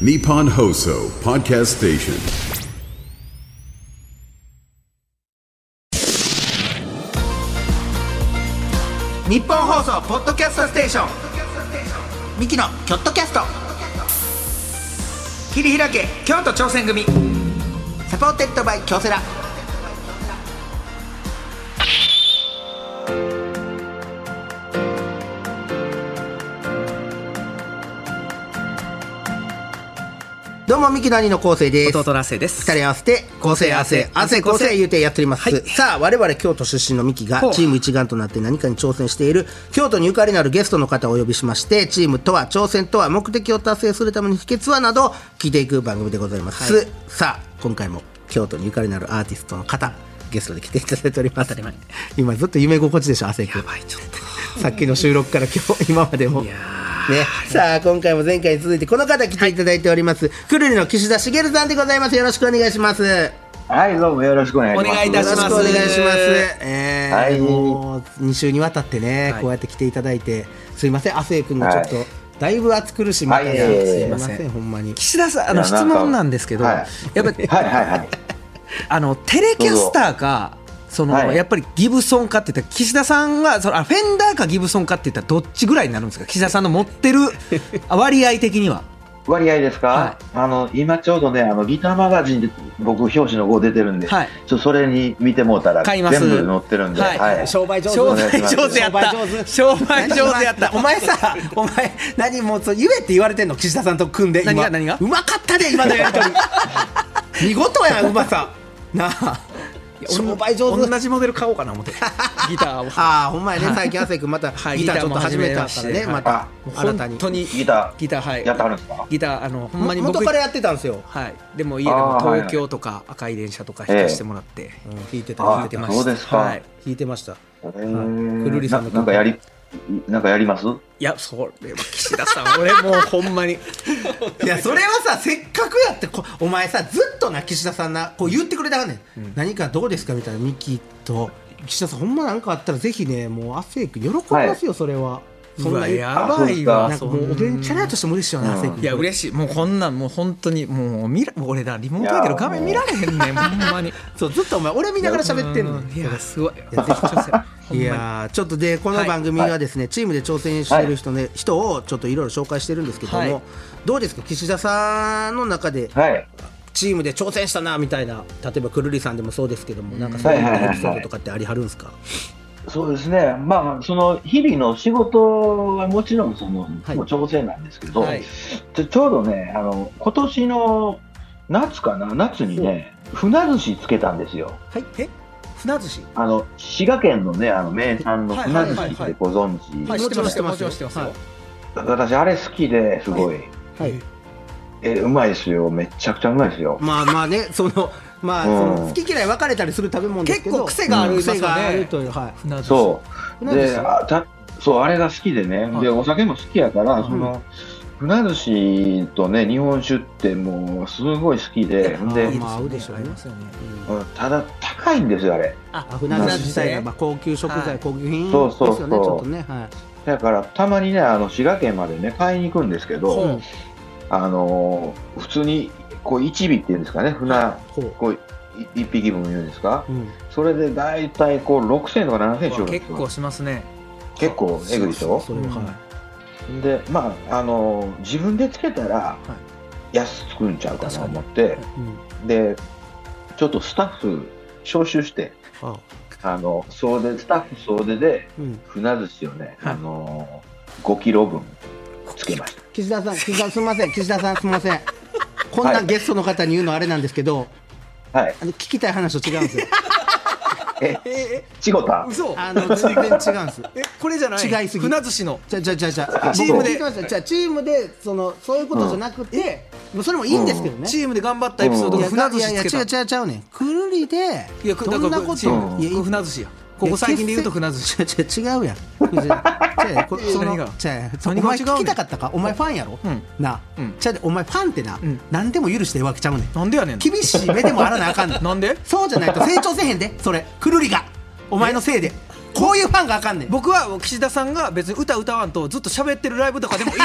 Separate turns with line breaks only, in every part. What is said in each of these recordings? Nippon Hoso Podcast Station.
日本放送ポッドキャストステーションミキのキョットキャスト切り開け京都挑戦組サポーテッドバイ京セラどうもミキの兄の昴生です
弟ラッセイです
二人合わせて構成汗汗構成言うてやっております、
はい
さあ我々京都出身のミキが
ほう
チーム一丸となって何かに挑戦している京都にゆかりのあるゲストの方をお呼びしましてチームとは挑戦とは目的を達成するための秘訣はなど聞いていく番組でございます、
はい
さあ今回も京都にゆかりのあるアーティストの方ゲストで来ていただいております
当たり前
今ずっと夢心地でしょ汗や
ばいちょっ
さっきの収録から今日今までも
い
ね
や、
さあ今回も前回に続いてこの方来ていただいております、くるりの岸田茂さんでございますよろしくお願いします
はい、どうもよろしくお願いします。
お願いいたします
よろしくお願いします。えー
はい
もう2週にわたってね、
はい
こうやって来ていただいて、すいません、亜生君がちょっと、だいぶ暑苦しいみたいな、
はいいえいえ
すい
いえ
ません、ほんまに。
岸田さん、あ
い
の
やな
質
んか
問なんですけど、
はい
やっぱり、
はいはいはい。
あのテレキャスターか、その、
はい
やっぱりギブソンかって言ったら、岸田さんはそのあ、フェンダーかギブソンかって言ったら、どっちぐらいになるんですか、岸田さんの持ってるあ割合的には。
割合ですか、
は
あの、今ちょうどね、あの、ギターマガジンで僕、表紙の号出てるんで、
はい
ちょっとそれに見てもうたら、
買います
全部載ってるんで、
はい
商売上手
商
お願いし
売
ます
上手やった
商売上手、
商売上手やった、
お前 さ、お前、何もうそう言えって言われてんの、岸田さんと組んで、今
何が何が
うまかったで、今のやりと り。見事やん、うまさ。なあ、商売上手。
同じモデル買おうかな思 って、ギターを。
ああ、ほんまやね、最近、亜生君、また、
はい
ギターちょっと始めたからね、
ギターも始めま
ま
して
た、新た
本
に。
当に
ギター
ギターはい
やってはるんですか
ギターあのほんまに僕
元からやってたんですよ。
はい、でも家で
あ
も
ーはい
東京とか赤い電車とか引かしてもらって、
うん弾いてた、
あ
弾いてま
そ
し
う
た。
ですか
はい、
弾いてました。
えー
くるりさんの
ななんかやり、なんかやります
いやそれは岸田さん俺もうほ んまに
いやそれはさせっかくやってこお前さずっとな岸田さんなこう言ってくれたがね、ん、何かどうですかみたいなミキと岸田さんほんまなんかあったらぜひねもう亜生君喜びますよ、それはそん
う
な
わ
に
やばいわ
なんかもうおべんちゃらやとして無理ですよね亜生君
いや嬉しいもうこんなんもう本当にもう見ら俺だリモートやけど
いや
画面見られへんねんほんまに
そうずっとお前俺見ながら喋ってんの
ういやすごいいや
やぜひ
ほんまに
いやーちょっとでこの
はい
番組はですね、チームで挑戦してる人ね、人をちょっといろいろ紹介してるんですけども、
はい
どうですか岸田さんの中で
はい。
チームで挑戦したなみたいな例えばくるりさんでもそうですけどもなんかそういったエピソードとかってありはるんですか
そうですね、まあ、その日々の仕事はもちろんその、
はい
もう調整なんですけど、
はい
ちょちょうどね、あの今年の夏かな、夏にね、船寿司つけたんですよ。
はいえ船寿司
あの滋賀県のね、あの名産の
はい
船寿
はいはい
司っ
はい
てご存知、
はい知ってます
もちろん
知ってます
はい
私、あれ好きですごい、
はい
えうまいですよ、めちゃくちゃうまいですよ。
まあまあねそのまあ
うん
その好き嫌い分かれたりする食べ物ですけど
結構癖がありますよね
癖があるというはい
船寿司
そう
船寿司
であたそうあれが好きでね、
はい
でお酒も好きやから、
ん
その船寿司とね日本酒ってもうすごい好きで
あ
で
いい、まあ合うでしょうね
ありますよね
うんただ高いんですよあれ
あ
あ
船寿司自体がまあ高級食
は
材
い
高級品
そう
です
そうそ
よ
う
ねちょっとねはい
だからたまにねあの滋賀県までね買いに行くんですけど、
ほう
あのー普通にこう一尾っていうんですかね船
ほう
こうい一匹分言うんですか
うん
それで大体こう6000とか7000しよるんです
結構
よ
しますね
結構えぐいでしょ
それはは
でまああのー自分でつけたら安くんちゃうかなと思って、
いうん
でちょっとスタッフ招集して
あ
あの総出スタッフ総出で
うん
船寿司をね、
はい
あの5キロ分つけました
岸田さん岸田すみません岸田さんすみませんこんなゲストの方に言うのあれなんですけど
はい
あの聞きたい話と違うんですよ
えちごた
嘘
あの全然違うんです。
えこれじゃない
違いすぎ
船寿司の
じゃじゃじゃじゃ
チームで
じゃチームでそのそういうことじゃなくて、もうそれもいいんですけどね。
チームで頑張ったエピソード
い
が
や
船寿
いやいや
司
違
つけた
う違う違うね。くるりで
いやだから
どんなこと
チーム
いやいい
船寿司やここ最近で言うと船寿司
司。違う違う違 うやん。違うやんこその違う
何
や
が
んそお
何が
前
違うねん
聞きたかったか。お前ファンやろ
うん。
なあ
うん。
違うでお前ファンってな
うん、
何でも許してるわけちゃうねん。
なんでやねん
厳しい目でもあらなあかんねん。
なんで
そうじゃないと成長せへんで。それくるりがお前のせいでこういうファンがあかんねん。
僕は岸田さん が別に歌歌わんとずっと喋ってるライブとかでもいい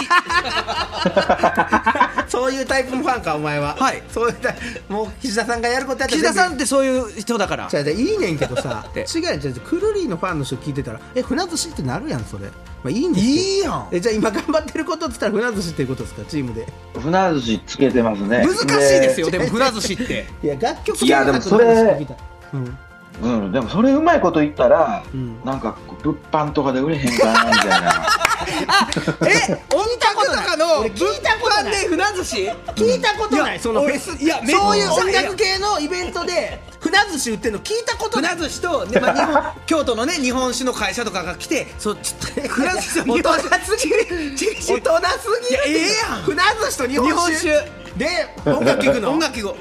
そういうタ大君ファンかお前は
はい
そういったもう岸田さんがやることやったら
岸田さ
ぜ
んってそういう人だから
ひじゃあじゃあいいねんけどさ
て
違う違う違うくるりのファンの人聞いてたらえ船寿司ってなるやんそれまあいいんですけど
いいやん
えじゃあ今頑張ってることっつったら船寿司っていうことですかチームで
船寿司つけてますね。
難しいですよ
で
でも船寿司って
いや楽曲
いやでもそれ
制作の話聞いたうん
うん、でもそれうまいこと言ったら、
うん
なんか物販とかで売れへんかなみた いな。
え音楽とかの
俺聞いたことない
物販で船寿司
聞いたこと
い
な
や
いそのフ
俺
ェス
いやめっちゃ
そういう音楽系のイベントで船寿司売ってるの聞いたことない
船寿司と、ねまあ、日本京都のね日本酒の会社とかが来てそうちょっと船寿司と
大
日本
人すぎる大人すぎる
いやええやん
船寿司と日本酒
日本
で音楽聞くの
音楽を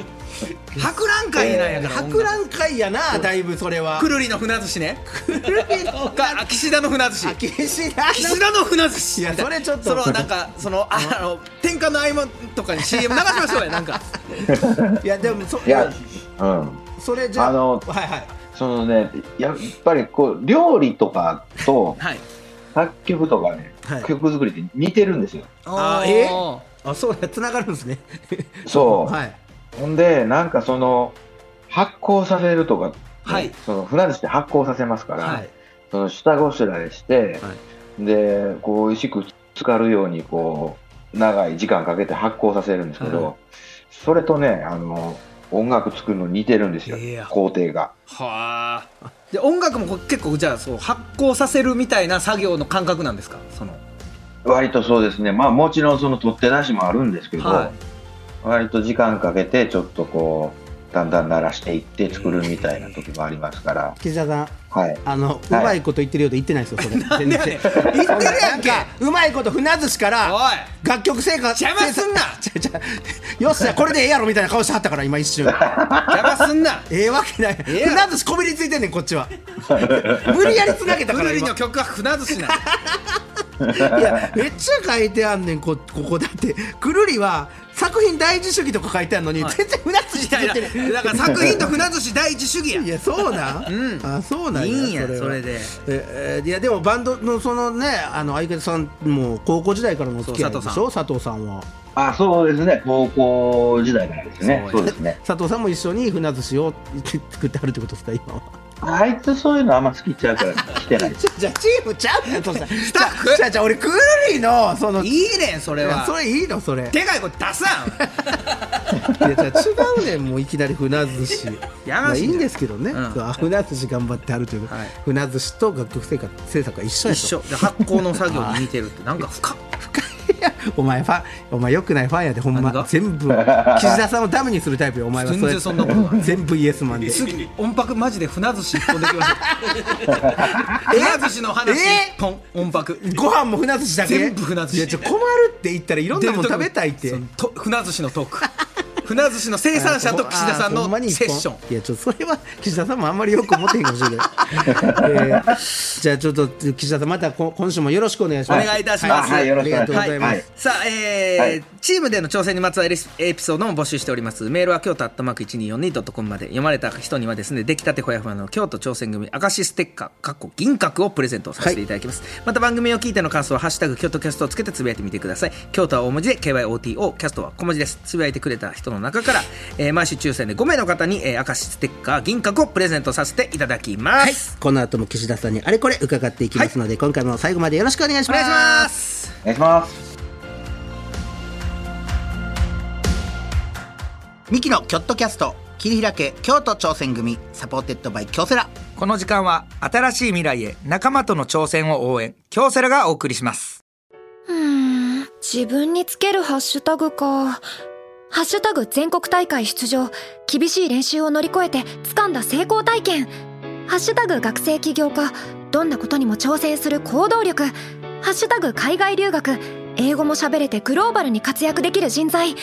博覧会なんやから
博覧会やなだいぶそれは
くるりの船寿司ね
くるりの
が岸田の船寿司
あ岸田
岸田の船寿司
いやそれちょっと
そのなんかそのああの転換の合間とかに CM 流しましょうやな んか
いやでもそ
いや、うん。
それじゃ
あの
はいはい
そのね、やっぱりこう、料理とかと
はい
作曲とかね、
はい
曲作りって似てるんですよ。
あーえあそうや繋がるんですね
そう。
はい
ほんで、なんかその、発酵させるとか、
はい
その船寿司って発酵させますから、
はい
その下ごしらえして、
は
で、こう、美味しく浸かるように、こう、長い時間かけて発酵させるんですけど、
は
それとね、あの、音楽作るの似てるんですよ
いや、
工程が。
はあで音楽もこう結構じゃあそう発酵させるみたいな作業の感覚なんですかその
割とそうですね、まあもちろんその取っ手出しもあるんですけど、
は
割と時間かけてちょっとこう、だんだん鳴らしていって作るみたいな時もありますから、
岸田さん
はい。
あの、うまいこと言ってるようで言ってないですよ、それ。全然。言
でや
って
ね
る
ん
やんけ。うまいこと船寿司か
お
ら、
い
楽曲成果。
邪魔すんな
ちゃちゃ よっしゃ、これでええやろみたいな顔してはったから、今一 瞬。
邪魔すん な
ええわけない。
えやろ
船寿司こびりついてんねん、こっちは。 無理やりつなげたか
く
ら、
るり
今
の。曲は船寿司なんだ
いや、めっちゃ書いてあんねん、こ、ここだって。くるりは、作品第一主義とか書いてあんのに、
はい
全然船寿司
い
って
や
言
いや
ってね
だから作品と船寿司第一主義や
いやそうなん、
うん
あそうなん
いいんや
は
それで
ええいやでもバンドのそのねあの相方さんも高校時代からのお付き合いでし
そ
ょ佐藤さんは
あ、そうですね、高校時代からですね、
そ
そうう
で
ですね。
佐藤さんも一緒に船寿司を作ってあるってことですか今は
あいつそういうのあんま好きちゃうから来てないです。
じゃあチームちゃ うやとさス
タッフ
じゃあじゃあ俺クーリーのその
いいねんそれは
それいいのそれい
でかい声出さ
やじゃあ違うねん もういきなり船寿司
や
ま
ら
あ
し
い
いね
いんですけどね、
うん
そうあ船寿司頑張ってあるという、
はい
船寿司と楽曲制作制作が一緒
ん
や
一
と
緒で発酵の作業に似てるってなんか深っ
いやお前ファンお前良くないファンやでほん
何が
ま全 部岸田さんをダメにするタイプよお前は
全然
うやって
そんなことな い
全部イエスマンで
次音拍マジで船寿司一本できましょ う船寿司の話
え
一本音拍
ご飯も船寿司だけ
全部船寿司
いやちょ困るって言ったらいろんなもん食べたいって
そのと船寿司のト ーク船寿司の生産者と岸田さ
あ
ん
ほ
の
まに一
セ
本
ッション
いやちょっとそれは岸田さんもあんまりよく思ってへんかもしれ ない、えーじゃあちょっと岸田さんまたこ今週もよろしくお願いします
お願いいたします
あはい、よろ
あ
し
り
くお願
が
いし
とう
ま
ござい
す。
ます、
はい
さあ、えー
はい
チームでの挑戦にまつわるエピエピソードも募集しておりますメールは京都アットマーク 1242.com まで読まれた人にはですね出来たてほやほやの京都挑戦組明石ステッカーかっこ銀閣をプレゼントさせていただきます、また番組を聞いての感想は「ハッシュタグ京都キャスト」をつけてつぶやいてみてください京都は大文字で KYOTO キャストは小文字ですつぶやいてくれた人の中から、えー毎週抽選で5名の方に、えー、明石ステッカー銀閣をプレゼントさせていただきま
はい
す、
この後も岸田さんにあれこれ伺っていきますので、今回も最後までよろしくお願いします
お願いします
お願いします。
ミキのキョットキャスト切り開け京都挑戦組サポーテッドバイ京セラ
この時間は新しい未来へ仲間との挑戦を応援京セラがお送りします
うーん自分につけるハッシュタグか。ハッシュタグ全国大会出場。厳しい練習を乗り越えて掴んだ成功体験。ハッシュタグ学生起業家。どんなことにも挑戦する行動力。ハッシュタグ海外留学。英語も喋れてグローバルに活躍できる人材。って、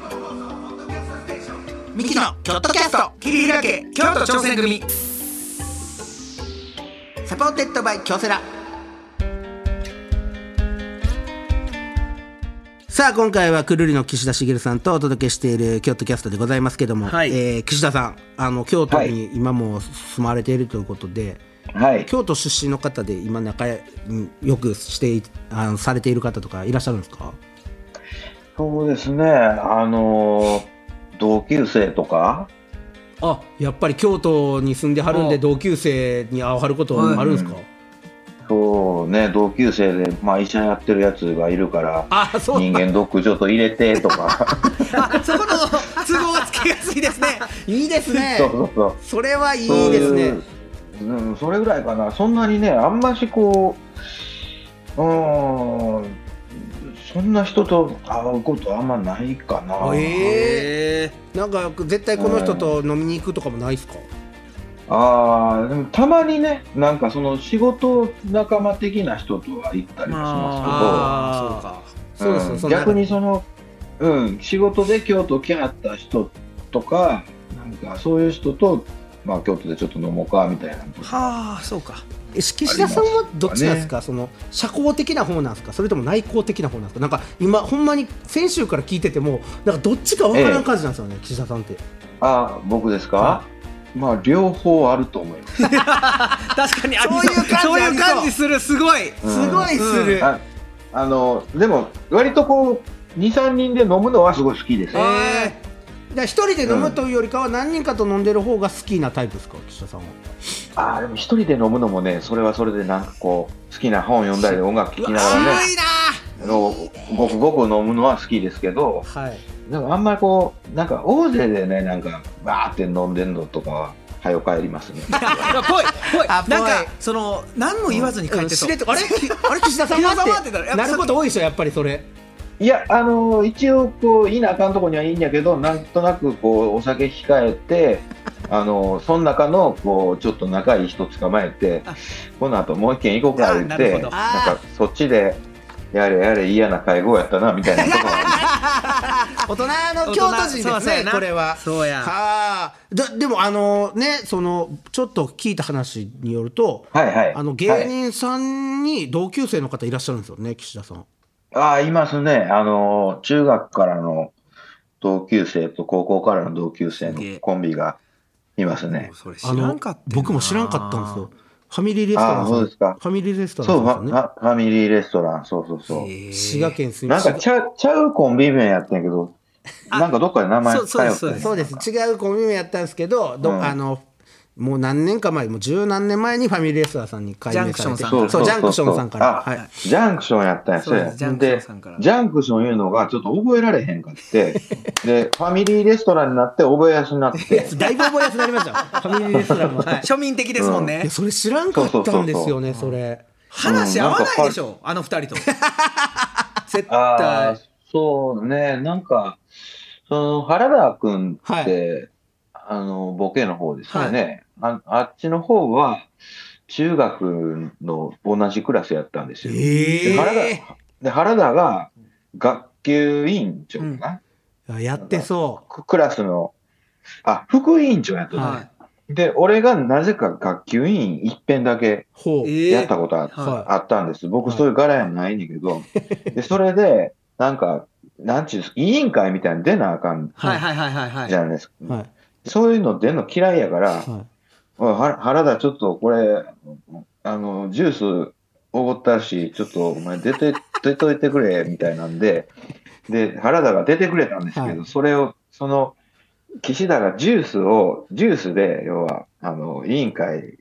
ミキのキョットキャスト
切り開け京都挑戦組
サポーテッドバイ京セラ
さあ今回はくるりの岸田茂さんとお届けしている京都キャストでございますけども、
はい
えー岸田さんあの京都
はい
に今も住まれているということで、
はい。
京都出身の方で今仲よくしていあのされている方とかいらっしゃるんですか
そうですね。あの、同級生とか、
あやっぱり京都に住んではるんで
あ
同級生に会わはることはあるんですか、
そうね、同級生で、まあ医者やってるやつがいるから、
あそう
人間ドックちょっと入れてと か、
あそこの都合はつけやすいですね いいですね
そうそうそう。
それはいい
そう
ですね
う。うん、それぐらいかな。そんなにね、あんましこう、うーん、そんな人と会うことあんまないかな。
えー、
え
なんか絶対この人と飲みに行くとかもないですか、
ああ、でもたまにね、なんかその仕事仲間的な人とは行ったりもしま
あ
す
ー
けど、
そう
うん
ですよ、
逆
に
にその、うん、仕事で京都来はった人とか、なんかそういう人と、まあ京都でちょっと飲もうかみたいなこと
はあそうか
岸田さんはどっちなんですか、その社交的な方なんですかそれとも内向的な方なんですかなんか今ほんまに先週から聞いててもなんかどっちかわからん感じなんですよね、岸田さんって
あー僕ですか、
は
まあ両方あると思います、
確かにあり
そ
そう
ういう感じ
そういう
ありそ
感
う
じするすごい
うん
い する、
ああのでも割とこう23人で飲むのはすごい好きです
えー、だから一人で飲むというよりかは何人かと飲んでる方が好きなタイプですか岸田さんは
あーでも一人で飲むのもねそれはそれでなんかこう好きな本読んだり音楽聴きながらねあのごくごく飲むのは好きですけど
はい
でもあんまりこうなんか大勢でねなんかバーって飲んでんのとかは早く帰りますね
ぽいぽいなん
ぽい
かその何も言わずに帰ってそう
うん知れてあれあれ岸田さんは
岸田さんは
っ
ってて言ったらやっぱ
なること多いでしょやっぱりそれ
いやあの一応こういいなあかんとこにはいいんやけどなんとなくこうお酒控 えてあのその中のこうちょっと仲いい人捕まえてこの後もう一軒行こうか言
あ
っ
なる
て
ほ
な
ど
んかそっちでやれやれ嫌な会合やったなみたいなと
大
ころ
人の
大人
京都人で
そ
す
うそうや
ね
な
これは
そうや
はあだでもあのねそのちょっと聞いた話によると、
はいはい
あの芸人さんに同級生の方いらっしゃるんですよね岸田さん
ああ、いますね。あの、中学からの同級生と高校からの同級生のコンビがいますね。
それ知
あ
ら
の
んかった
僕も知らんかったんですよファミリーレストラン
あ
さん
そうですか
ファミリーレストラン
そ
さ
う、
ん
フ
ですよね
ァファファミリーレストラン、そうそうそう。
滋賀県住
なんかちゃうちゃうコンビ名やってんけど、なんかどっかで名前
そうそう
変えよ
そう
そうです違うコンビ名やったんですけどど、
うん
あのもう何年か前もう十何年前にファミリーレストランさんに改名されて
ジャンクションさん
そう
そうジャンクションさんから
あ
はい
ジャンクションやったんや
そうですジャンクション
で
さんから
ジャンクションいうのがちょっと覚えられへんかって、で、ファミリーレストランになって覚えやすになって、
だいぶ覚えやすくなりましたよファミリーレストランも、はい、
庶民的ですもん
い
ね
やそれ知らんかったんですよねそれ
話合わないでしょあの二 人と絶
ああ
対
そうね、なんか、その原田君って、
は
あのボケの方ですよね、あ、あっちの方は、中学の同じクラスやったんですよ。
え
で原田で原田が学級委員長かな、
えやってそ
ククラスの、あ副委員長やった
う
ね、
は
で、俺がなぜか学級委員一遍だけ
いほう
え
やったことあ,、
はい
あったんです。僕、そういう柄やないねんだけ ど。で、それで、なんか、なんちゅう、委員会みたいに出なあかん
はいはいはいはいはい
じゃないですか。
はい
そういうの出んの嫌いやから、
は
おいは原田、ちょっとこれ、あの、ジュースおごったし、ちょっとお前 出て、出といてくれ、みたいなんで、で、原田が出てくれたんですけど、
は
それを、その、岸田がジュースを、ジュースで、要は、あの、委員会、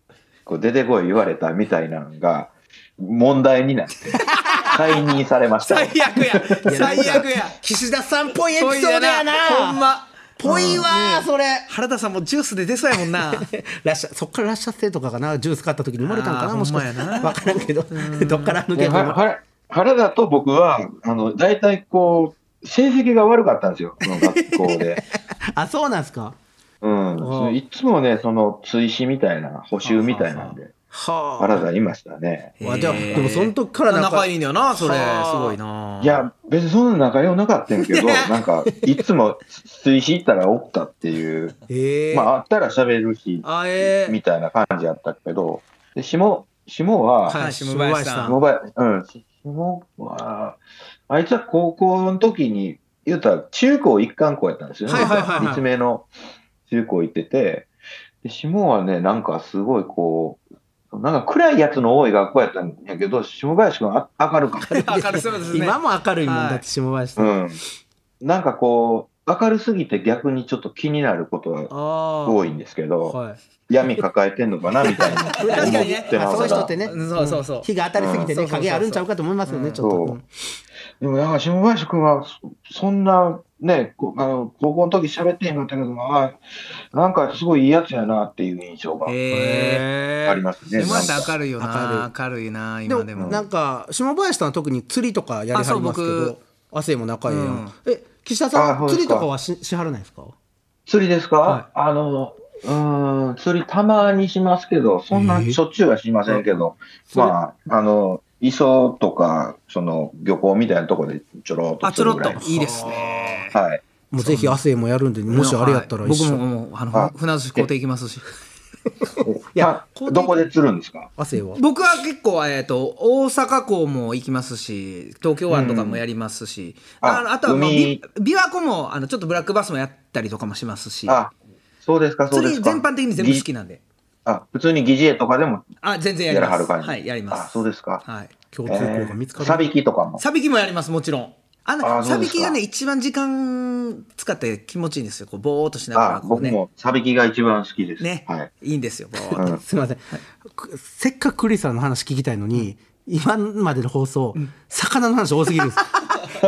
こう出てこい言われたみたいなのが、問題に なって、解任されました。
最悪や
い
最悪や
岸田さんっぽいエピソードやな
ほんま
ぽいわそれ
原田さんもジュースで出そうやもんな
らっしゃそっかららっしゃってとかかなジュース買った時に生まれたんか
あ
な
ー
もしかし
ほんま
た
や
ら
な
分からんけど どっから抜けて
では
も
は原田と僕は、あの、大体こう、成績が悪かったんですよ、この学校で。
あそうなんですか
うん、そのいつもね、その追試みたいな、補修みたいなんで、
はあ。
原田いましたね。
わじゃあでもその時からなんか
仲いいんだよなそれす
はあ
ごいない
や、別にそんな仲良くなかったんやけど、なんか、いつも水死行ったらおったっていう、
ええ
まあ、あったら喋るし、
あええ
みたいな感じやったけど、で、下、下は、
はい
下
下林さん
モバイル、うん。下は、あいつは高校の時に、言うたら中高一貫校やったんですよね。
はいはいはいはい
立命の中高行ってて、で、下はね、なんかすごいこう、なんか暗いやつの多い学校やったんやけど、下林君はあ明るかった。
明るそうですね
今も明るいもんだって下林さん。
うん。なんかこう、明るすぎて逆にちょっと気になることが
ああ。
多いんですけど、
はい。
闇抱えてんのかなみ たいな
確かにね
思って
まあ
ま
そういう
す
人
が
ってね。
うんそうそうそうん
日が当たりすぎて
う
ね、
んそうそうそう
影あるんちゃうかと思いますよね、ちょっ
そ
と
う
うん。
でもなんか下林君はそそんなね、こあの高校の時喋ってへんかったけども、あなんかすごいいいやつやなっていう印象が
ええ
ありますね。
下
なん
林さん
か
明るいよな明るいな今で
で
も
もなんか下林さんは特に釣りとかやりはりますけ
あそう
ど
僕
亜生も仲いいやん、え岸田
あ
さん
そうです
釣
か
りとかはししはらないですか
釣りですか、
はい
あの、うーん、釣りたまにしますけど、そんなしょっちゅうはしませんけど、
れ
まあ、あの、磯とか、その漁港みたいなところでちょろっと
あちょろっ
するぐ
といいですね
らい。はい。
もうぜひ亜生もやるんでもしあれやったら一
僕も
緒
もうあの
はい
船寿司工程行きますし
い
や
や、どこで釣るんですか
亜生は
僕は結構、えっ、と、大阪港も行きますし、東京湾とかもやりますし、
うん
あの
あ
あとは、まあ、
海
び琵琶湖も、あの、ちょっとブラックバスもやったりとかもしますし、
あ、そうですか、そ
釣
うで
り
すか。
全般的に全部好きなんで。
あ、普通に疑似餌とかでも
あ、全然や
や
り
ら
ま
はる
す。
感じ。
はい、やります。
あ、そうですか。
はい。
共通項が見つか
サ
る、
ビキとかも。
サビキもやります、もちろん。あの、
あそう
サ
で
ビ
すか
キがね、一番時間使って気持ちいいんですよ。こう、ぼーっとしながら
あ、
こう
僕
ね。
もサビキが一番好きです。
ね、
はい。
い。いんですよ、ぼーっと
うん
すいません、くせっかくクリスさんの話聞きたいのに、今までの放送、魚の話多すぎるん です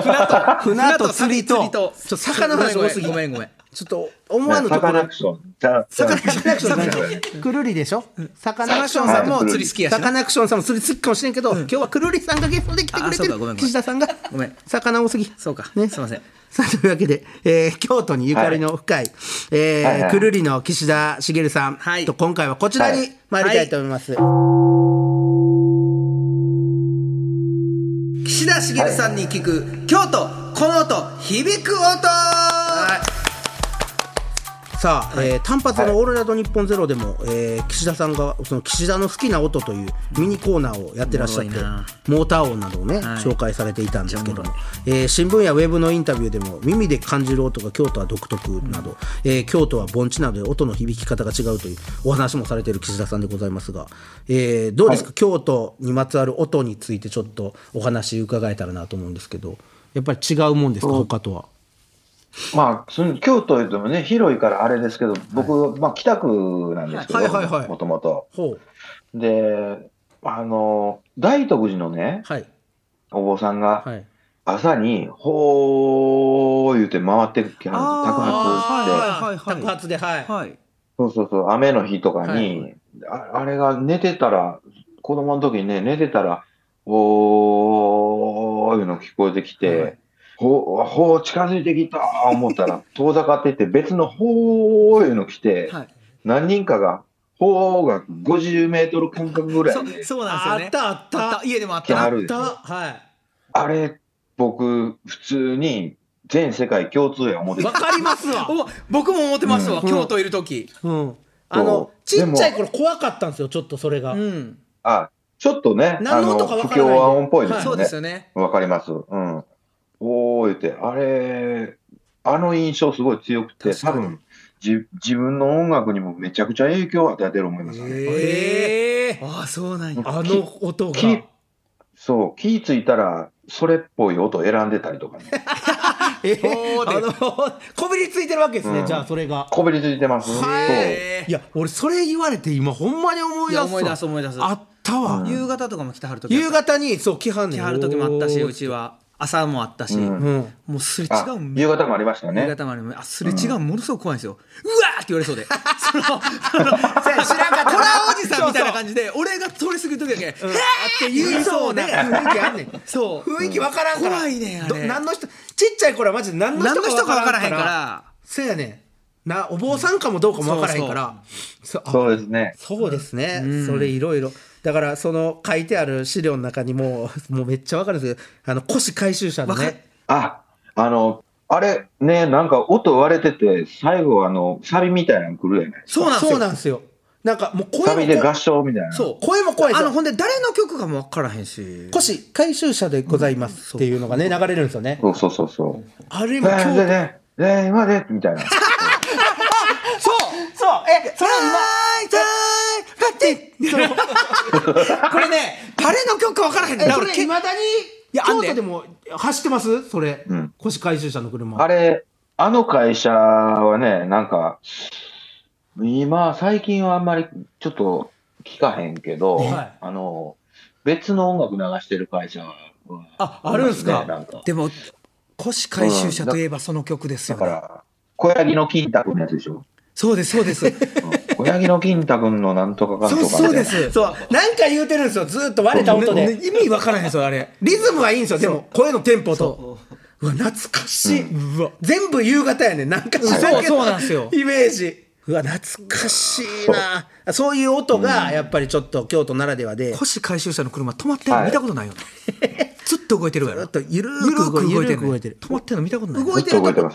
船と釣りと
船と
ちょっと魚の話多すぎ
ごめんごめん。
ちょっと思わ
ね
ぬ
サ
とこ
カ
ろ
ナクション。じゃあ
サカナクション
うん
くるりでしょサカナクション
サ
さん
カナクションさん
も
も
くるり
釣り好きやし
サ
な
カナクションさんも釣り好きかもしれんけど、今日はくるりさんがゲストで来てくれ
あそう
て
かごめ
る
んごめん
岸田さんが
ごめん
魚多すぎ
そうかすいません
さあというわけで、えー京都にゆかりの深い、えー
はいはい
くるりの岸田茂さん、
はい
と今回はこちら
は
に
い
参りたいと思います、
岸田茂さんに聞く、京都この音響く音、
さあ、えー単発の「オールナイトニッポンゼロでも、えー岸田さんがその岸田の好きな音というミニコーナーをやってらっしゃって、
おもろいな
モーター音などをね、
はい
紹介されていたんですけど
め
も
っちゃおも、
えー新聞やウェブのインタビューでも耳で感じる音が京都は独特など、えー京都は盆地などで音の響き方が違うというお話もされている岸田さんでございますが、えーどうですか、京都にまつわる音についてちょっとお話伺えたらなと思うんですけどやっぱり違うもんですか他とは。
まあ、その京都でもね、広いからあれですけど、僕、まあ、北区なんですけど
はいはいはい、
もともと。
ほう
で、あの、大徳寺のね、
はい
お坊さんが、
はい
朝に、ほー言うて回ってきはる、
あーは
宅
いは
発
い
して、
宅発ではい
はい
そうそうそう、雨の日とかに、ああれが寝てたら、子供の時にね、寝てたら、おーいうの聞こえてきて、ほう、ほう、近づいてきた思っ たら、遠ざかってって、別のほーいうの来て、
はい
何人かが、ほーが50メートル間隔ぐらいで
そ、そうなんですよね
あったあった
家でもあっ
来
た
は
な
るでしょ。
はい
あれ、僕、普通に、全世界共通や思って
わ
た。
かりますわ。
お僕も思ってましたわ、京都いる時
うん。あの、ち
で
っ
も
ちゃい頃怖かったんですよ、ちょっとそれが。
うん
あ、ちょっとね、あ
何の
の
音かわ
不
から
協
ない
和音っぽいです
そ
よ
うで
ね
す。よね
わかります。うん。おー言って、あれ、あの印象すごい強くて、多分じ自分の音楽にもめちゃくちゃ影響を与えてると思いますね。
ええああそうなんや
あの音が。
きそう、気ぃついたら、それっぽい音選んでたりとかね。
え
そうで
あの、こびりついてるわけですね、
うん
じゃあそれが。
こびりついてます。
へえ
いや、俺それ言われて今ほんまに思い出
い
す
や
わ。
思い出す思い出す
あったわ。
夕方とかも来てはる時あった
夕方に、そう、来はんね
来
ん
はる時もあったしうちは朝もあったし、
うん
うん。
もうすれ違
そう
う
あ夕方もありました
夕
ね。
方までもあすれ違うものすごく怖いんですよ、うわーって言われそうで そのその
知らんかった
ホラーおじさんみたいな感じで俺が通り過ぎる時だけ「へー!」って言いそうで
言いそうな雰囲気あんねん
そう
雰囲気わからんから。
怖いねんあれ
ど何の人、ちっちゃい頃はマジで何の
何
人
の人か
かわ
分
か
からら
へ
へ
ん
ん
か。
からら
せやねん。なお坊さんかもどうかもわからへんからそうあ
そうですね。
そうですね、それいろいろだからその書いてある資料の中にもうもうめっちゃわかるんですけどあの古紙回収車の
わか
ね
あ、あの、あれ、ね、なんか音割れてて、最後、あの、サビみたいなの来るやない
そうなんですよ
そうなんですよなんかもう
サ
声
ビ
も
で
こ
合唱みたいな。
そう
声も怖いんで
あ
す
の
よ
ほんで誰の曲かも分からへんし
古紙回収車でございますっていうのがね流れるんですよね
そうそうそうそう。
あれも
ね
今日
ねねね今でみたいな。
そうえそれは今
これね誰の曲か分からへん
え
だ
そ
から
れ
け
いまだに
やあん
京
ね
都でも走ってますそれ
うん
古紙回収車の車
あれ、あの会社はね、なんか、今、最近はあんまりちょっと聞かへんけど、
はい
あの、別の音楽流してる会社は、
ああるんすか
ねなんか
でも古紙回収者といえばその曲です
だ
よ、
か
ね
ら、小柳の金太くんのやつでしょ。
そうですそうです
うん小柳の金太くんのなんとかかんとか
そう
みたいな。
そうです
そうなんか言うてるんですよずーっと割れた音
ね
で
ね意味分からへんですよあれ
リズムはいいんですよ、でも、声のテンポと。うわ、懐かしい。うわ、全部夕方やねん。なんか知らけど
そうそうなんですよ
イメージ。うわ、懐かしいな。そういう音が、やっぱりちょっと京都ならではで、
古紙回収車の車止まってるの見たことないよなずっと動いてるや
ずっ
ろ
とゆる
ゆる
ーく
く動いてる
ゆるーく動いてる。
止まってるの見たことない
動いて
ずっと動
る
いて
とこ
ま、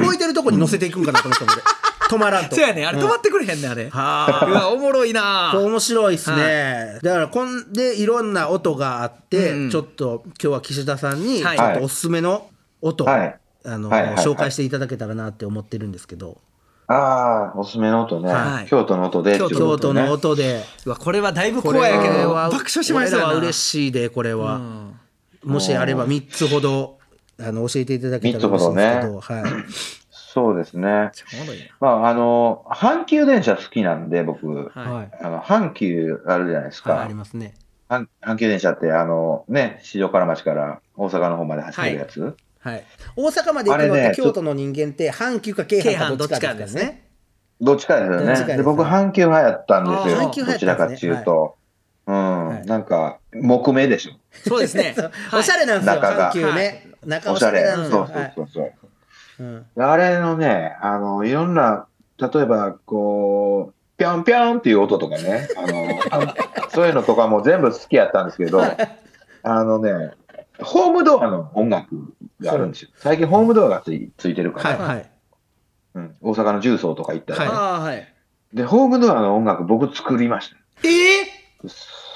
ね、動いてるとこに乗せていくんかなと思ったもんで。止まらんと。
そうやねんあれ止まってくれへんねんあれはうわおもろいな
これ面白いですね。だから、こんで、いろんな音があって、
うんうん
ちょっと、今日は岸田さんに、ちょ
はい
っとおすすめの音、
はい
あの、
はいはいはい
紹介していただけたらなって思ってるんですけど、
ああ、おすすめの音ね。
はい
京都の音でってことね。
京都の音で、
うわこれはだいぶ
こ
怖
れ
いやけど
は
爆笑しました
これ
よ
は
な
嬉しいで、これは。もしあれば3つほど、あの、教えていただけたら嬉しいんですけど、
三
はい。
そうです
お
ね。
もろいな
まあ、あの、阪急電車好きなんで、僕。
はい
はい
あの、阪急あるじゃないですか。
はいありますね。
阪阪急電車って、あの、ね、市場から町から大阪の方まで走ってるやつ。
はい。大阪まで行くのっ
あれ
て
ね、
京都の人間って、阪急か京阪かどっちかですからね。
どっちかですよ
どっちか
ね。
です
で僕、阪急派やったんです
あー
よ。
阪急
ど
派
ち
や
ら
った
か
んで
っ
す
て
ね
いうと。うん、
はい
なんか、木目でしょ。
そうです ね
おしゃれなんですよ、
中が
阪急ね。中
お
お
し
し
ゃ
ゃ
れ。
れなん
そう
ですよ。
そう
はい
そうそう。
うん
であれのね、あの、いろんな、例えば、こう、ぴょんぴょんっていう音とかね、あの、 あそういうのとかも全部好きやったんですけど、あのね、ホームドアの音楽があるんですよ。最近ホームドアがついついてるから、
はいはい。
うん、大阪の重曹とか行ったら、
は
ああはい
で、ホームドアの音楽僕作りました。
ええ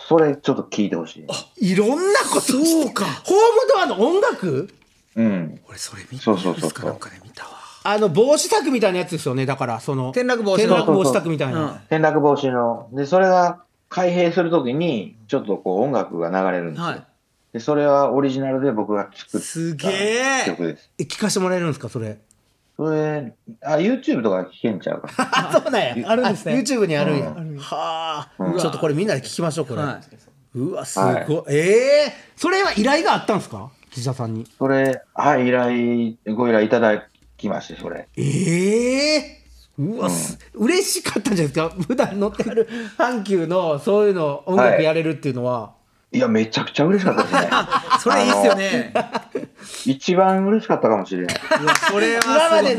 それちょっと聞いてほしい。
いろんなことそうかホームドアの音楽
うん。
俺それ見
そうそう
ニュ
そ
ー
う
スかなん
そう。
かで見たわ
あの防止柵みたいなやつですよねだからその
転落防止
転
の
落防止柵みたい
うん
な、
転落防止の。で、それが開閉するときに、ちょっとこう音楽が流れるんですよ。
はい
で、それはオリジナルで僕が作っ
すげ
た
え
曲です。
え聞かせてもらえるんですかそれ
それ、あ、YouTube とか聞けんちゃうか。
あそうなんやあるんですね YouTube にあるんや、はあ、
うん
ちょっとこれみんなで聞きましょうこれ、
はいう
わすごい、
はい
ええそれは依頼があったんですか岸田さんに
それ、はい、依頼、ご依頼いただきまして、それ。
ええうわ、す嬉しかったんじゃないですか 普段乗ってある阪急のそういうの音楽やれるっていうのは、
いや、めちゃくちゃ嬉しかったですね。
それいいっすよね
一番嬉しかったかもしれない。
うわそれはすごい
今まで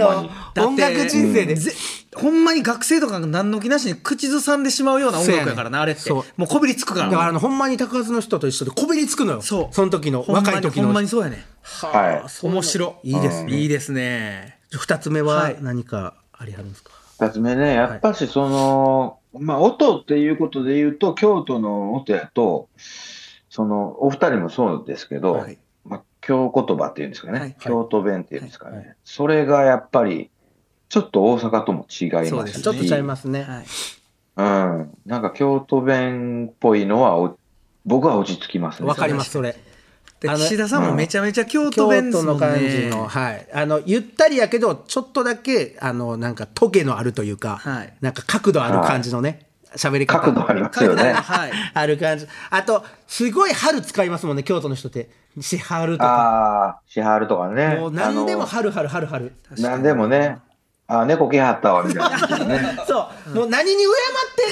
の音楽人生で、
ぜほんまに学生とかが何の気なしに口ずさんでしまうような音楽やか
そう
らな、
やねん
あれって
そう
もうこびりつくから
だからあのほんまに高津の人と一緒でこびりつくのよ
そう
その時の
ほんまに
若い時の
ほんまにそうやね
はい。
面白
いいです
いいですね
二つ目
は
はい何かありはるんですか、
二つ目ね、やっぱしその、まあ、音っていうことで言うと、京都の音やと、その、お二人もそうですけど、
はい
まあ、京言葉っていうんですかね、
はい
京都弁っていうんですかね、
はい
それがやっぱり、ちょっと大阪とも違います
そうですね
し
ちょっとちゃいますね、
はい
うん。なんか京都弁っぽいのはお、僕は落ち着きますね。
わかりますそれ
で
あの
岸田さんもめちゃめちゃ京都
京
弁です
都の
もん
感じ
ね
の、はい、あのゆったりやけどちょっとだけあのなんかトゲのあるというか、
はい
なんか角度ある感じのね喋、り方
角度ありますよね。
はい
ある感じあとすごい春使いますもんね京都の人ってし春とか
ああ、シハールとかね。
もう何でも
あの
春春春春
何でもね。あー猫来はったわ、みたいな、 ね。
そう、もう何に敬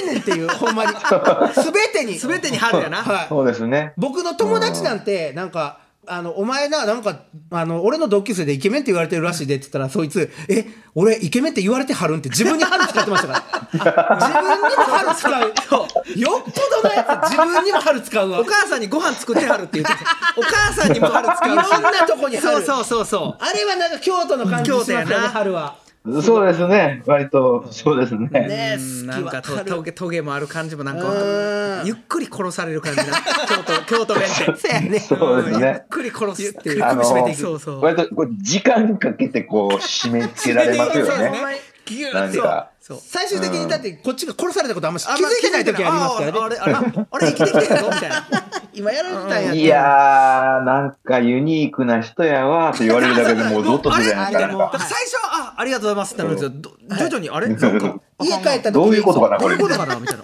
ってんねんっていう、ほん まに。すべてに。
全てに春やな、
はい
そうですね。
僕の友達なんて、なんか、あの、お前な、なんか、あの、俺の同級生でイケメンって言われてるらしいでって言ったら、そいつ、え、俺イケメンって言われてはるんって自分に春使ってましたから。 自分にも春使う。よっぽどのやつ、自分にも春使うわ
お。母さんにご飯作ってはるって言っ てたお母さんにも春使うし
いろんなとこに春
そうそうそうそう
あれはなんか京都の感じしますよね、
京都やな
春は。
そうですね。割と、そうですね。
ね
う
好
んな
き
ん
は
かと
春
トゲトゲもある感じもなんか
うん
ゆっくり殺される感じな京都京都弁って
そうやね。
そうです
ゆっ
ね。
くり殺すっていう
あの
首絞めていくそうそう
割とこう時間かけてこう締め付けられますよ
そうです
ね。
ギュ
なん
ッ
か
そう
最終的にだってこっちが殺されたことあんまし気
あ
づ
んま
いてない時ありますからね
あ。俺あれあれ生きてきてるぞみたいな
今やられてたんや
いやー、なんかユニークな人やわーって言われるだけでもうゾッとするじゃないですか。なん
だから
か
最初はあありがとうございますってなるんですけどど徐々にあれなんか
家帰った時に
どういうことかな、
ど
こ
うい
れ
う。ことかなみたいな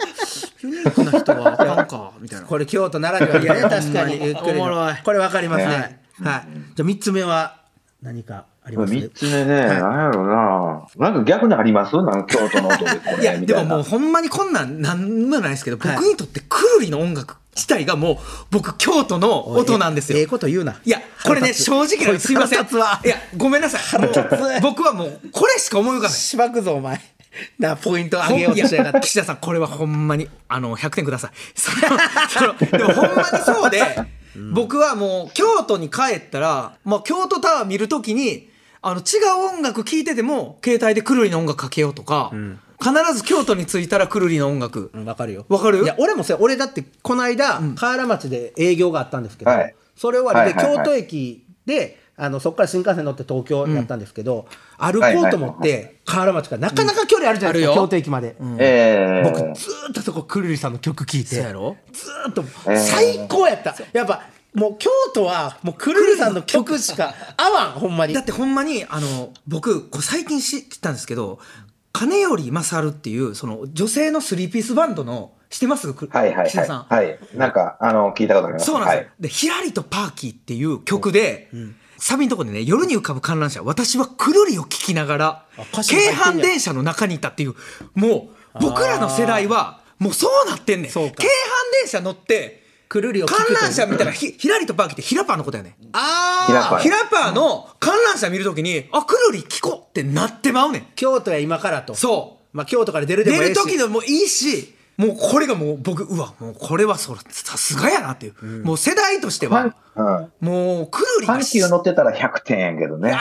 ユニークな人はあかんかみたいな
これ京都ならではね、確かに。
ほんまに
ゆっくりの
おもろい
これわかりますね。はい
ね。
じゃあ三つ目は何かあります
三つ目ね、なんやろな。なんか逆にありますなんか京都の音で
い
これ、
や
み
で
た
も
い
もう
な。
ほんまにこんなんなんもないですけど僕
はい
にとってくるりの音楽自体がもう僕京都の音なんです
ええ
よ。
こと言うな。
いやこれね正直なすいません
腹立つわ
いやごめんなさいもう僕はもうこれしか思い浮かばない。
しばくぞ、お前。な、ポイント上げようとしやがっ
いや
て。
岸田さんこれはほんまにあの100点くださいそのそのでもほんまにそうで、僕はもう京都に帰ったら、まあ、京都タワー見るときにあの違う音楽聴いてても携帯でくるりの音楽かけようとか、必ず京都に着いたらくるりの音楽、
うんわかるよ。
わかる
いや、俺もさ、俺だって、この間、河原町で営業があったんですけど
はい、
それ終わりで、
はいはい
京
はい
都駅で、あの、そこから新幹線乗って東京やったんですけど、歩こうと思っ
はい
て、河原町からなかなか距離あるじゃないですか、
うんあるよ
京都駅まで。
え
僕
ー、
ずーっとそこくるりさんの曲聴いて
そうやろ
ずーっと
ー
最高やった、やっぱもう京都はもうくるりさんの曲し か合わんほんまに
だってほんまにあの僕こう最近知ったんですけど金より勝るっていうその女性のスリーピースバンドのしてますく
はいはい
岸田さん、
はい。はい。なんか、あの、聞いたことあります。
そうなんですよ、
はい
で「ひらりとパーキー」っていう曲で、サビのとこでね「夜に浮かぶ観覧車私はくるり」を聴きながら
歌詞も入
京
ってんや
阪電車の中にいたっていうもう僕らの世代はもうそうなってんねん京
そう
阪
か
電車乗って
くるりを聴く
観
という
覧車みたいなひひらりとパーキーってひらパーのことやねん
あ
ひらぱい
ひらパーの観覧車見るときに「あくるり聴こう」ってなってまうねん
ー京都や今からと
そう
まあ京都から出るで
出
もええ
る
し
時でもいいしもうこれがもう僕うわもうこれはそらさすがやなっていう、もう世代としては
うん。
もうくるり
阪
が
急乗ってたら100点やけ どね。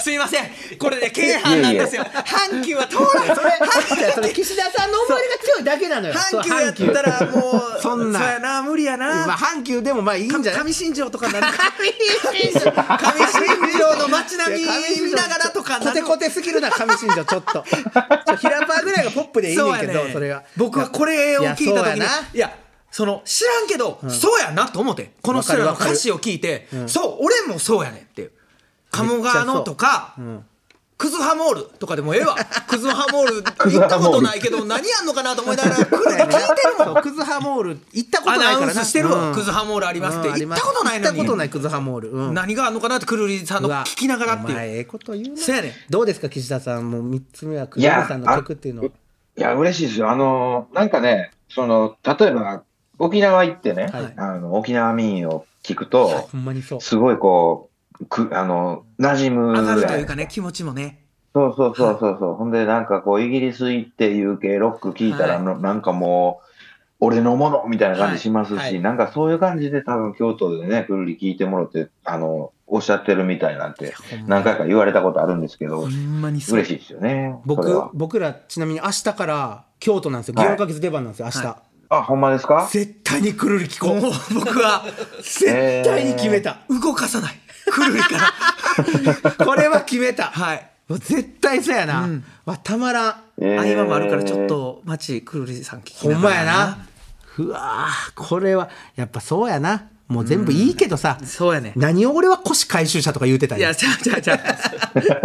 すいません。これね、京阪なんですよ。阪急は通らん。それ、
いやそれ岸田さんの思いが強いだけなのよ
阪急やったらもう、
そんな
そうやな、無理や
まあ
な。
阪急でもまあいいんじゃない
上新庄とかなる。
上新庄
上新庄の街並み
いや上新庄
見ながらとかな
コ
る
テコテすぎるな上新庄ちょっ とちょ平パーぐらいがポップでいいねんけどそ,、
や
れは
僕はこれを聞い
やそ
た
うや
時に
ない
やその知らんけど、そうやなと思ってこの人らの
わかるわかる
歌詞を聞いて、そう俺もそうやねんっていう鴨川のとか、クズハモールとかでもええ わクズハモール行ったことないけど何やんのかなと思いなが ら来るって聞いてるもん
クズハモール行ったことな
ア
いからな
ナウンスしてる
う
わ、
ん
クズハモールありますって、
うんあり
行っ
ます
たことないのに
行ったことないクズハモール、うん
何があんのかなってくるりさんの
うわ
聞きながらって
お前
いう
ええこと言うな
そうやねん
どうですか岸田さんもう3つ目はク
い
リ
や
アさんの曲っていうのはい
や、嬉しいですよ。あの、なんかね、その、例えば、沖縄行ってね、
はい
あの沖縄民謡を聞くと、
ほんまにそう
すごいこう、くあの、馴染む
上がる
ぐ
と
ら
いう
い
か。ね気持ちもね
そうそうそうそうそう。ほんで、なんかこう、イギリス行っていう系ロック聞いたら、
はい
のなんかもう、俺のものみたいな感じしますし、
はいはい
なんかそういう感じで多分京都でね、くるり聞いてもろって、あの、おっしゃってるみたいなんて、何回か言われたことあるんですけど
ほ、んまにそう
嬉しいですよね。それ
僕
は
僕らちなみに明日から京都なんですよ
はい
祇園か月出番なんですよ明日、
は
あ、ほんまですか
絶対にくるり聞こう
もう僕は
絶対に決めた、
動かさない。くるりか ら。
これは決めた
はい。
もう絶対そうやな、わたまらん
えー
合間もあるからちょっと街くるりさん聞き
ほ
なが
ん
ら
まやな。うわーこれはやっぱそうやなもう全部いいけどさ、
そうやね。
何を俺は腰回収者とか言うてたん
い
や
や、ちゃうちゃう ちゃう。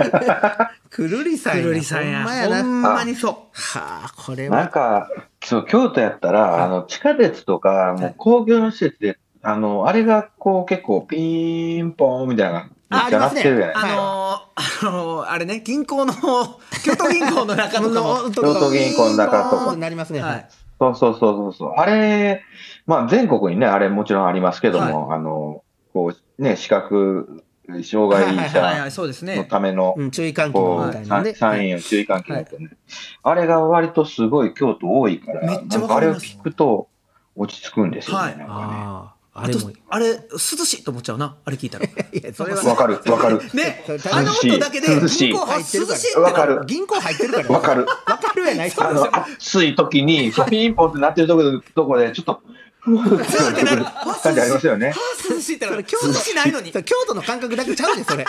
くるりさん
く
や
るりさん
ほ
や。
んまやな
ほんまにそ
はあこれ
なん
は
か、そう、京都やったら、あの、地下鉄とか、もう公共の施設で、あの、あれが、こう、結構、ピーンポーンみたいな、め
あ
っちゃ鳴ってるじゃないです
う。あ
か。
のー、あのー、あれね、銀行 の、京都銀行 の中の
の
京都銀行の中とか
になりますね、
はい。
そうそうそうそうそう。あれ、まあ、全国にね、あれもちろんありますけども、あの、こう、ね、視覚障害
はいは
者
い、そうです
の
ね。
ための、
うん、注意喚起
こ
の
う
みたいな
さ
んで。
サインを注意喚起だとね、あれが割とすごい京都多いから、
めっち
な
ゃわ
んか
か
あ
り
れを
ます
聞くと落ち着くんですよね。
はい
なんか
ああ、あ
あ
れ
と
も。、
あれ、涼しいと思っちゃうな。あれ聞いた ら。
いや、それ
ね。
は
わかる、わ かる。
ね
それ、
あの音だけで、
涼しい
銀行入
入
っ
ってて
る
るからら
か涼しいって
わかる
銀行入ってる から。
わかる。
わかるやない
あの、暑い時に、ピンポンってなってるところとこで、ちょっと、ふー って なる感じありますよね。
あ涼しいってなる。京都市ないのに。い
そう京都の感覚だけちゃうねんそれ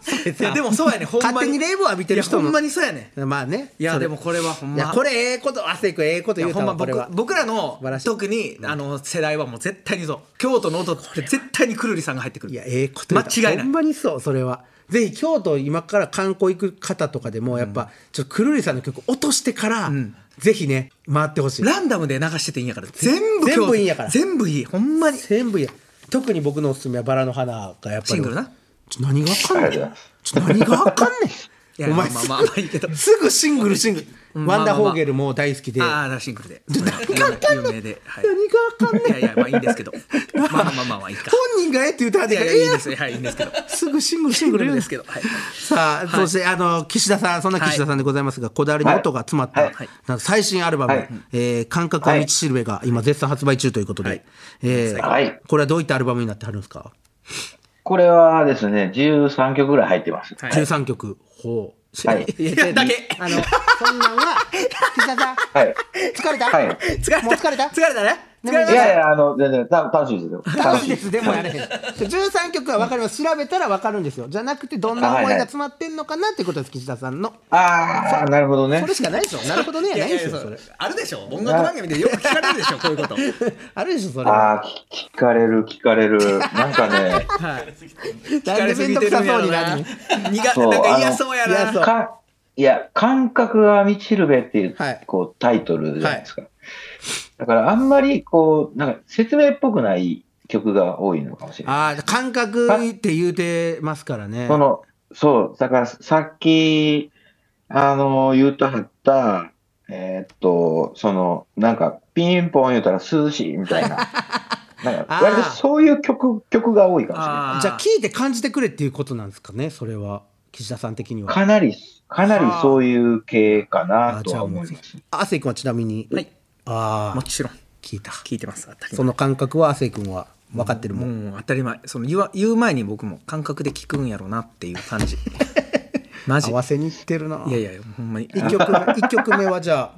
それ
や、
さ
でもそうやね。ほんま
勝手に冷房浴びてる
や、
人
ほ
も
んまにそうやね。
まあね
いや、
そ
でもこれはほん
いや
ま。
これええこと亜生君ええこと
い
言
や
う
ほ
た
んま
わこれ
僕
は
僕ら
素
の
晴らしい
特にあの世代はもう絶対にそう京都の音って絶対にくるりさんが入ってくる
いやええこと言うた
間違いない
ほんまにそうそれはぜひ京都今から観光行く方とかでもやっぱ、ちょっとくるりさんの曲落としてから、ぜひね回ってほしい
ランダムで流してていいんやから全部
全部
京都
いいんやから
全部いいほんまに
全部や特に僕のおすすめはバラの花がやっぱり
シングルな
ちょ何があかんね
あ
ん
りがとうございま
ちょ何があかんねん
いや
お前
まあ
すぐ
まあまあいいけど
すぐシングルシングル
んまあ
ワ
ま
ンダ
あまあ
ーホーゲルも大好きで
ああシングルで
何があかん
有
ねん
名で、はい、
何があかんねん
いやいやまあいいんですけどまあまあまあまあまあいいか
本人がええって言うたら
い
で
やいやいいですよはいいいんですけど
すぐシングルシングル言うん
で
ですす
け
け
ど
ど、
はい
さあ、そしてあの岸田さんそんな岸田さんでございますが、こだわりの音が詰まった、
はいはい
なんか最新アルバム「
はい
えー感覚の道しるべ」が今絶賛発売中ということで、えー
はい
これはどういったアルバムになってはるんですか、
これはですね、13曲ぐらい入ってます。
はい
13曲ほう、
はい
い
いやだけ
あのそんなんは岸田さん
はい。
疲れた、
はい
疲れたもう疲れた
疲れたね疲
で
れ
も
た
いやいや、あの、全然、た楽しいですよ。
楽しいですでもやれへん13曲は分かります調べたら分かるんですよじゃなくてどんな思いが詰まってんのかなっていうことです岸田さんの
ああ、なるほどね
そ。れしかないでしょなるほどね
いや
ないい
や
で
い
す
や
よ
そ
それ
れあるでしょ音楽番組でよく聞かれるでしょこういうこと
あるでしょそれ
ああ、き聞かれる、聞かれる。なんかね、
なんで面倒くさそうになるの
苦手
そう
なんか嫌そうや
あの
な
嫌そう
かいや、感覚が道しるべっていう、
はい
こう、タイトルじゃないですか。だから、あんまり、こう、なんか、説明っぽくない曲が多いのかもしれない。
あー感覚って言うてますからね
その、そう、だから、さっき、あの、言うとはった、えーっと、その、なんか、ピンポン言うたら涼しい みたいな。なん
あ
か、
ー
割とそういう曲、曲が多いかもしれない。
じゃあ聞いて感じてくれっていうことなんですかねそれは岸田さん的には
かなり、かなりそういう系かな
あ
と
じゃ
は
あも
思
う
います。
亜生君はちなみに、
はい
あ
も
あ
ちろん
聞いた
聞いてます
その感覚は亜生君は分かってるもん、
もう当たり前その言わ言う前に僕も感覚で聞くんやろうなっていう感 じマジ
合
い
わせにいってるな
やいやいやほんまに
一曲 目一曲目はじゃ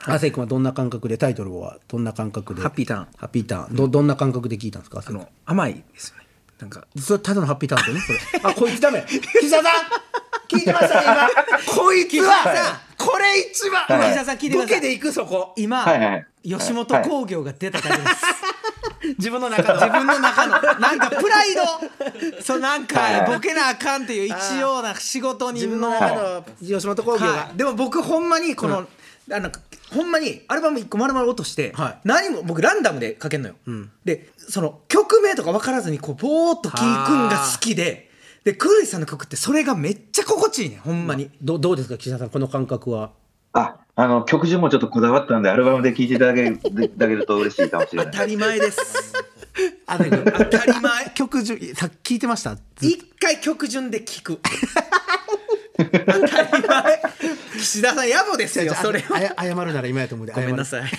あ亜生君はどんな感覚でタイトルはどんな感覚で
ハッピーターン
ハッピーターンどどんな感覚で聞いたんですか亜生
あ
君
の甘いですよねなんか
それただのハッピーターンですよねそれあこいつダメ岸田さん聞いてましたね今こいつはこれ一番
はい
岸田さん聞いてくださいボケでいくそこ
今、
はいはい
吉本興業が出た感じです、
自分の中の
自分の中のなんかプライドそうなん
はい
か
はい
ボケなあかんっていう一応な仕事
自分
人の
の
は
中の吉本興業が、
い、でも僕ほんまにこの、あのほんまにアルバム1個丸々落として、
はい
何も僕ランダムで書けんのよ、でその曲名とか分からずにこうぼーっと聴くんが好きででクーリさんの曲ってそれがめっちゃ心地いいねほんまに、
どどうですか岸田さんこの感覚は
あ、あの、曲順もちょっとこだわったんで、アルバムで聴いていただけるいただけると嬉しいかもしれ な
当
い。
たり前ですあの 当たり前
曲順さ聞いてました
一回曲順で聞く当たり前岸田さん野暮ですよそれは
あや謝るなら今やと思うんで
ごめんな
謝る
さい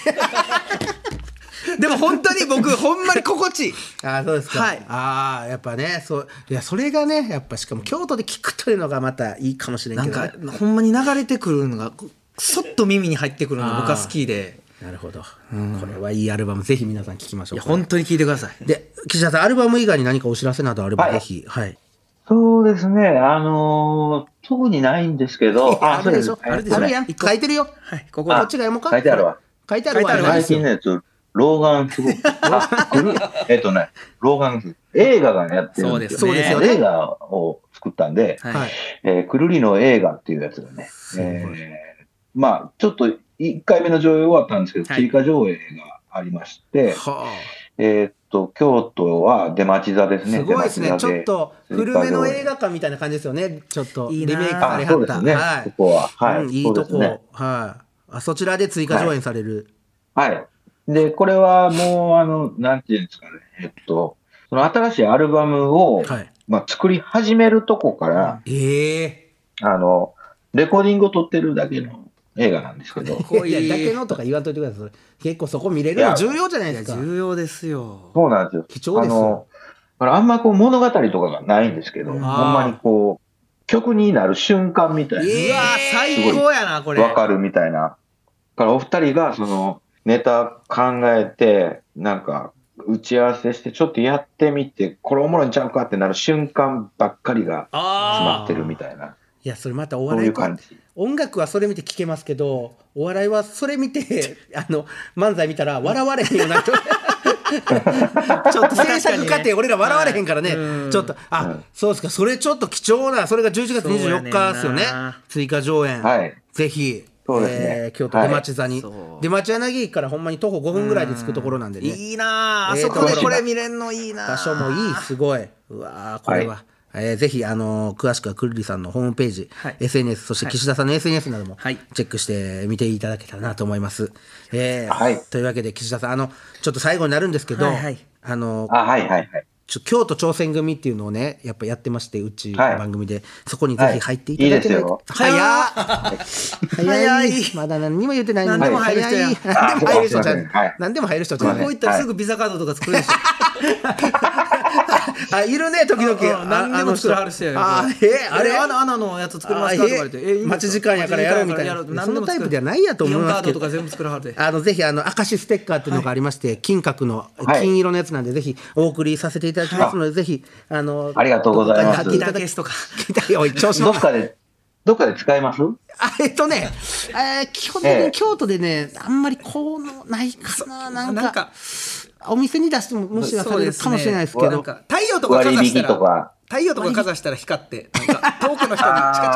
でも本当に僕ほんまに心地いい
あそうですか、
はい
ああやっぱねそういやそれがねやっぱしかも京都で聞くというのがまたいいかもしれん
な
け
ん
ど、ね
か、ほんまに流れてくるのがこうそっと耳に入ってくるのが僕は好きで
なるほど、これはいいアルバムぜひ皆さん聞きましょ
いうや本当に聞いてください
で岸田さんアルバム以外に何かお知らせなどあれば
はい
ぜひはい、
そうですね、あのー特にないんですけど、
あるでしょ
そう
あるで
です
しょあるやん
一個
書いてるよ
はいここ
こ
あ
っちが読もうか
書いてあるわ
書いてあるわ
書いてあるわ
最近のやつ、老眼すごい。あ、グルえっとね、老眼です映画がやってるんですよ。
そうです
そ
ね
うですよね
映画を作ったんで、
はい
はい
えーくるりの映画っていうやつがね、えーまあ、ちょっと1回目の上映終わったんですけど、
はい
追加上映がありまして、
は
えーっと、京都は出町座です
あ、
ね。
すごいです
出
ね
町
ち
座
ょっと古めの映画館みたいな感じですよねちょっと
いい
リ
な
メ
あ
イクされ、
あ
は
そ
っ
うで
た
すね。
は
こ
い
こは。はい。
うんいい
そ
と
うで
こ、
すね。
はいあそちらで追加上演される、
はい。で、これはもう、あの、なんていうんですかね。えっと、その新しいアルバムを、
はい
まあ、作り始めるとこから、
ええ
あの、レコーディングを撮ってるだけの映画なんですけ ど、
いやいやだけのとか言わんといてくださいそれ結構そこ見れるの重要じゃないですか
重要ですよ。
そうなんですよ。
貴重です
あ
よ
の、あのあんまこう物語とかがないんですけど、ほんまにこう、曲になる瞬間みたいな。
うわ最高やなこれ
わかるみたいな。だからお二人がそのネタ考えて、なんか打ち合わせして、ちょっとやってみて、これおもろいんちゃうかってなる瞬間ばっかりが詰まってるみたいな。
いやそれまたお
そう
笑
い
いうか
感じ。
音楽はそれ見て聞けますけどお笑いはそれ見て あの漫才見たら笑われへんよなと
ちょっと
制作過程
家庭
俺ら笑われへんからね、
うん
ちょっとあ、そうですかそれちょっと貴重なそれが11月24日ですよね
そうやねんな
追加上演、
はい
ぜひ
そうですね
えー京都出町座に、
はいそう
出町柳駅からほんまに徒歩5分ぐらいで着くところなんでね、
いいなああ
ええ
そこで
とこ
こ
ろだ
れ見れんのいいなあ
場所もいいすごいうわーこれは、えーぜひ、あのー詳しくはくるりさんのホームページ、
はい
SNS そして岸田さんの SNS なども
はい
チェックして見ていただけたらなと思います、えー
はい
というわけで岸田さんあのちょっと最後になるんですけど、
はいはい
あのー
あ、はいはいはい。
ちょ京都挑戦組っていうのをねやっぱやってましてうち
はい
番組で、そこにぜひ入っていただけないと、
はい
早っ早い
早
まだ何にも言ってないのに
何
でも
早い
入る人や
何でも入る人じゃ
あすいま
ん何でも入る人じゃん
空
せんはい
港行ったらすぐビザカードとか作る でしょ
あ、いるね、時々。
うん何でも作らはる人やよ
ああ、え、あれ
アナアナのやつ作りますかとか言われて
あ
え
え
いいんですか
待ち時間やからやろうみたいな
待ち時間やからやろう
そんな
何も作る
タイプではないやと思いますけど
イオンカードとか全部作らはるで
あのぜひあの明石ステッカーっていうのがありまして、金閣の
はい
金色のやつなんで、ぜひお送りさせていただきますので、ぜひあの
ありがとうございま
ど
す
こかに貼っていただき
とか
聞いたおい調子乗
ど
ん
っ
な
かで、どっかで使えます
あえっとね、えー基本的
え
に
え
京都でね、あんまり効能ないかな、なんか
なんか
お店に出しても無視はさ
そう
れ
で
る
すね
かもしれないですけ
なん
ど、
か太陽とかかざ
割
した
引
ら
とか
太陽とかかざしたら光ってなんか遠くの人にチカチ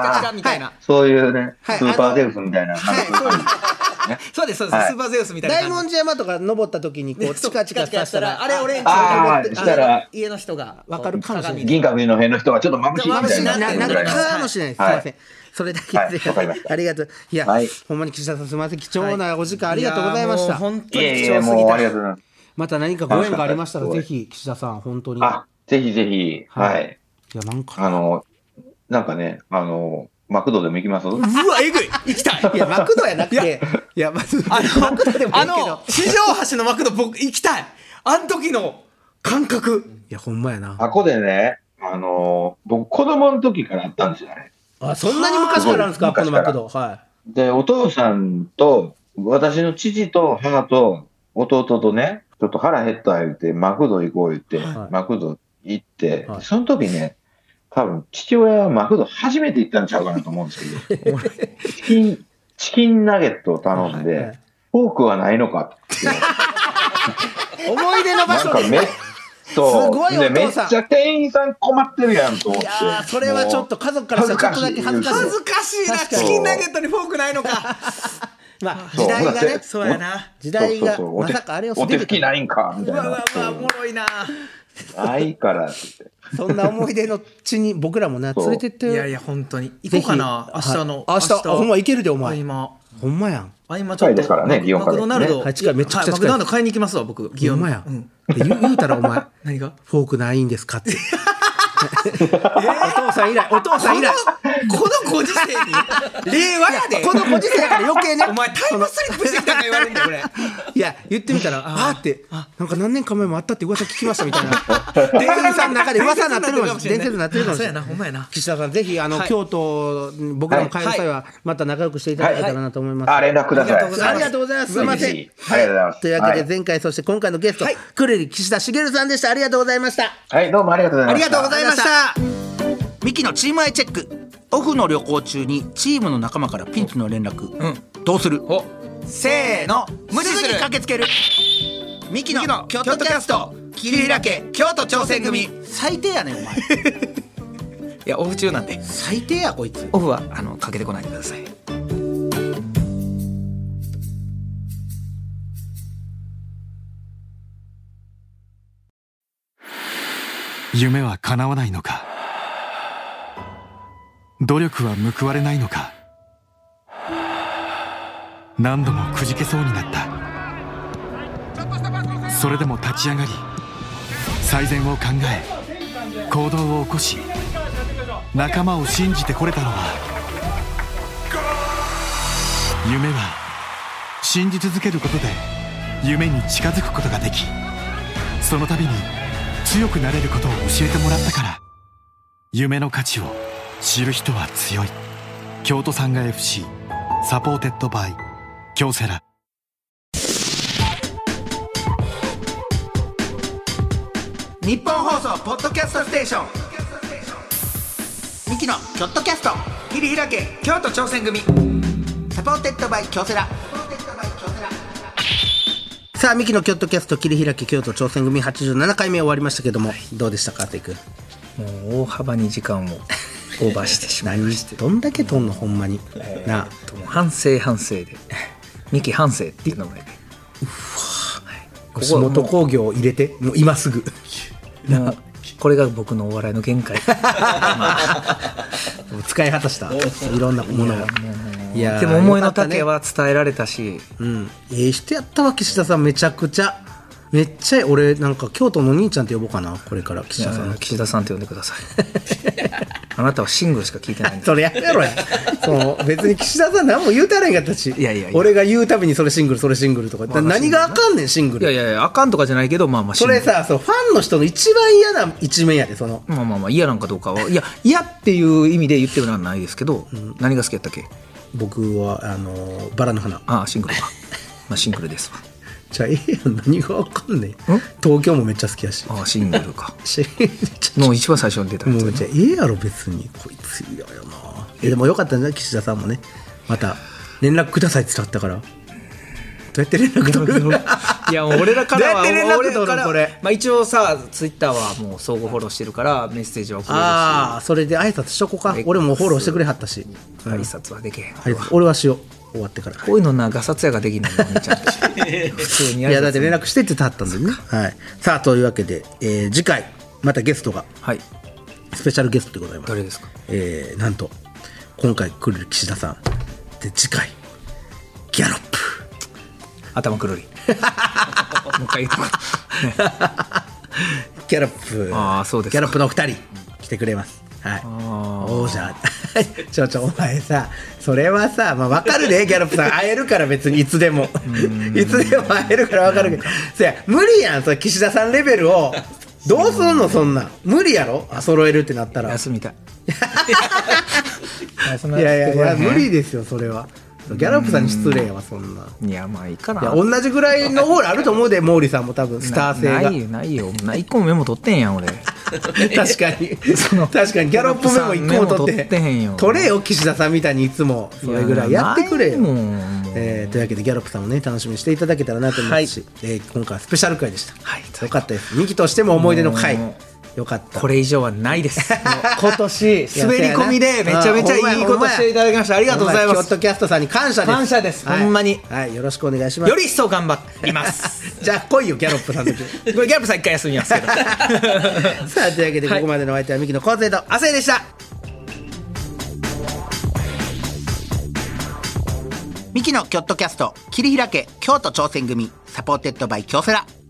カチカみたいな、
そういうね、
はい
スーパーゼウスみたいな。
はい、そうです
そうですそうです、
はい
スーパーゼウスみたいな
大
感じ
文字山とか登った時にこうチカチカさせた ら
あれオレンジ
あー
あの
したら
家の人が
わかるかもしれない
銀閣寺の辺の人はちょっと眩しいみたいにな
な
ってる
な
ぐらいの。
かもしれないです。
はい
すいません。それだけ
はい
で
わかりまし、た
ありがとう。いや
はい、
ほんまに岸田さんすみません。貴重なお時間ありがとうございました
やー。もう本当
い
に
えい
貴
え、
重す
も
ぎ
う
た
ありがとうございます。
また何かご縁がありましたら、ぜ
楽しかったです
ひ岸田さん、本当に。
あ、ぜひぜひ、
はい
はい
いや、なんか。
あの、なんかね、あの、マクドでも行きます
うわえぐい行きたい
いや、マクドやなくて、いや、まず、マクドでもい
あ
いけ
の
ど。
地上橋の幕の僕行きたいあん時の感覚
いや、ほんまやな。
あこでね、あの、僕、子供の時からあったんですよね。
あ、そんなに昔からあるんですか、こ
昔
の
から
マクド。は
で、お父さんと、私の父と母と弟とね、ちょっと腹減った言って、マクド行こう言って、
はい
マクド行って、
はい
その時ね、多分父親はマクド初めて行ったんちゃうかなと思うんですけ ど、チキン、チキンナゲットを頼んで、
はいはい
フォークはないのかって。
い。思い出の場
なん
所
か
で。
めそう
すごいお父さん
でめっちゃ店員さん困ってるやんと思っ
い
て。
やーそれはちょっと家族からしたらちょっとだけ恥ずかしい
恥ずかしいな
確か
チ
に
キンナゲットにフォークない のか
まあ、
そ
時
う
代が
ほら
ね
せ、
そうやな
時代が、
そうそうそうお
ま
手
さかあれを
お手
て
拭きないんかみた
う
い
わう
な
わ。うわおもろいな
ないからって言って。
そんな思い出の地に僕らもな
そう
連れてって
いやいや本当に行こうかな
ぜ
明
ひ
日の
はい明日ほんま行けるでお前
あ今
ほんまやん
あ今ちょっ
近
と
いですからね祇園
マ
から
クドナルド
はい近いめちゃくちゃ近い
はマクドナルド買いに行きますわ僕祇
ほ
園
んまや
うんん、
で言う言うたらお前
何が
フォークないんですかってお父さん以来お父さん以来
このご時世に令和やで
このご時世だから余計ね
お前タイムスリップしてきたか言われるんだよ俺
いや言ってみたらあーってなんか何年か前もあったって噂聞きましたみたいな伝説の中で噂になってるかもしれない伝説になってるかもしれ
そうやなほん
な
ま
い
やな
岸田さんぜひあの
はい
京都僕らも帰る際はまた仲良くしていただけたらなと思います
あ、連絡ください。
ありがとうございます。すみません。
ぜひぜひありがとうございます
というわけ
は
で、
い
前回、そして今回のゲスト、くるり岸田茂さんでした。ありがとうございました。
はい、どうもありがとうござい
あ
ま
り
し
が
た
とうございましたミキのチームアイチェックオフの旅行中にチームの仲間からピンチの連絡、
う
どうする
おせーの無視
す
す
ぐ
る
に駆けつけるミキ
ミキの
の
京都
京都
キ
キ
ャ
ャ
ス
ス
ト
ト
桐平家京都挑戦組い
最低やねん お前
やオフ中なんで
最低やこいつ
オフはあのかけてこないでください
夢は叶わないのか努力は報われないのか何度もくじけそうになったそれでも立ち上がり最善を考え行動を起こし仲間を信じてこれたのは夢は信じ続けることで夢に近づくことができその度に強くなれることを教えてもらったから夢の価値を知る人は強い京都産が FC サポーテッドバイ京セラ
日本放送ポッドキャストステーションミキのキョットキャスト
切り開け京都挑戦組
サポーテッドバイ京セラさあミキのキョットキャスト切り開き京都挑戦組87回目終わりましたけどもどうでしたかていく
もう大幅に時間をオーバーしてしまい
何どんだけとんのほんまになあ
ともう反省反省でミキ反省っていう名前でここ
吉
はもう
本興業を入れてもう今すぐ
もうこれが僕のお笑いの限界
もう使い果たしたいろんなものをいやー
でも思いの
よかったね
丈は伝えられたし
うんええ人やったわ岸田さんめちゃくちゃめっちゃ俺なんか京都のお兄ちゃんって呼ぼうかなこれから岸田さんの
岸田さんって呼んでください あなたはシングルしか聞いてないんです
それやめろやその別に岸田さん何も言うたらへんかったし
いやいやいや
俺が言うたびにそれシングルそれシングルとか、だ何があかんねんシング
い
ル
やいやいやあかんとかじゃないけどまあまあシ
そ
ングル
れさそうファンの人の一番嫌な一面やでその
まあまあまあ嫌なんかどうかはいや嫌っていう意味で言ってるのはないですけど、何が好きやったっけ
僕はあのバラの花
ああシングルか まあシングルですわ
じゃあええやん何があかんねん東京もめっちゃ好きやし
ああシングルか
しめっちゃ
の一番最初に出たや
も
つ
うじゃあええやろ別にこいつ嫌やなえでもよかったんじゃない岸田さんもねまた連絡くださいって言ってあったからどうやって連絡取る
いやもう俺らからは
どうやって連絡取るの
俺らから
これ
まあ、一応さツイッターはもう相互フォローしてるからメッセージは送れるし
ああそれで挨拶しとこうか俺もフォローしてくれはったし、うん
挨拶はできへん、
挨拶俺はしよう終わってから
こういうのなガサツヤができないのお兄ちゃんって普通に
い
挨拶
や だって連絡してって言ってはったんだよね、はい、さあというわけで、えー次回またゲストが
はい
スペシャルゲストでございます
誰ですか
えーなんと今回来る岸田さんで次回ギャロップ
頭く るりもう一回言うのか
ギャロップ
あーそうですか
ギャロップのお二人来てくれますはい王者 ちょちょお前さそれはさまあ分かる でギャロップさん会えるから別にいつでもいつでも会えるから分かるけどそや無理やんそれ岸田さんレベルをどうすんのそんなん無理やろあ揃えるってなったら
休 みたい休
いやいやいや無理ですよそれはギャロップさんに失礼やわそんない
やまあいいかない
や同じぐらいのオーラあると思うで毛利さんも多分スター性が
ないよないよ一個もメモ取ってんやん俺
確かに
その
確かにギャロップメモ一個も取って
ギャロップさんメモ取ってへんよ
取れよ岸田さんみたいにいつもそれぐらいやってくれよ
いやないもん
えーというわけでギャロップさんもね楽しみにしていただけたらなと思いますし、えー今回はスペシャル回でした、
はい
よかったですミキとしても思い出の回
も
よかった
これ以上はない ですもう
今年
滑り込みでめちゃめちゃいいことしていただきましたありがとうございま
キ
す
ョットキャストさんに感謝です
感謝です
はい
ほんまに
はいよろしくお願いします
より一層頑張ります
じゃあ来いよギャロップさんの 時
これギャルプさん一回休みますけど
さあというわけでここまでのお相手はミキの昴生と亜生でした
ミキのキョットキャスト切り開け京都挑戦組サポーテッドバイ京セラ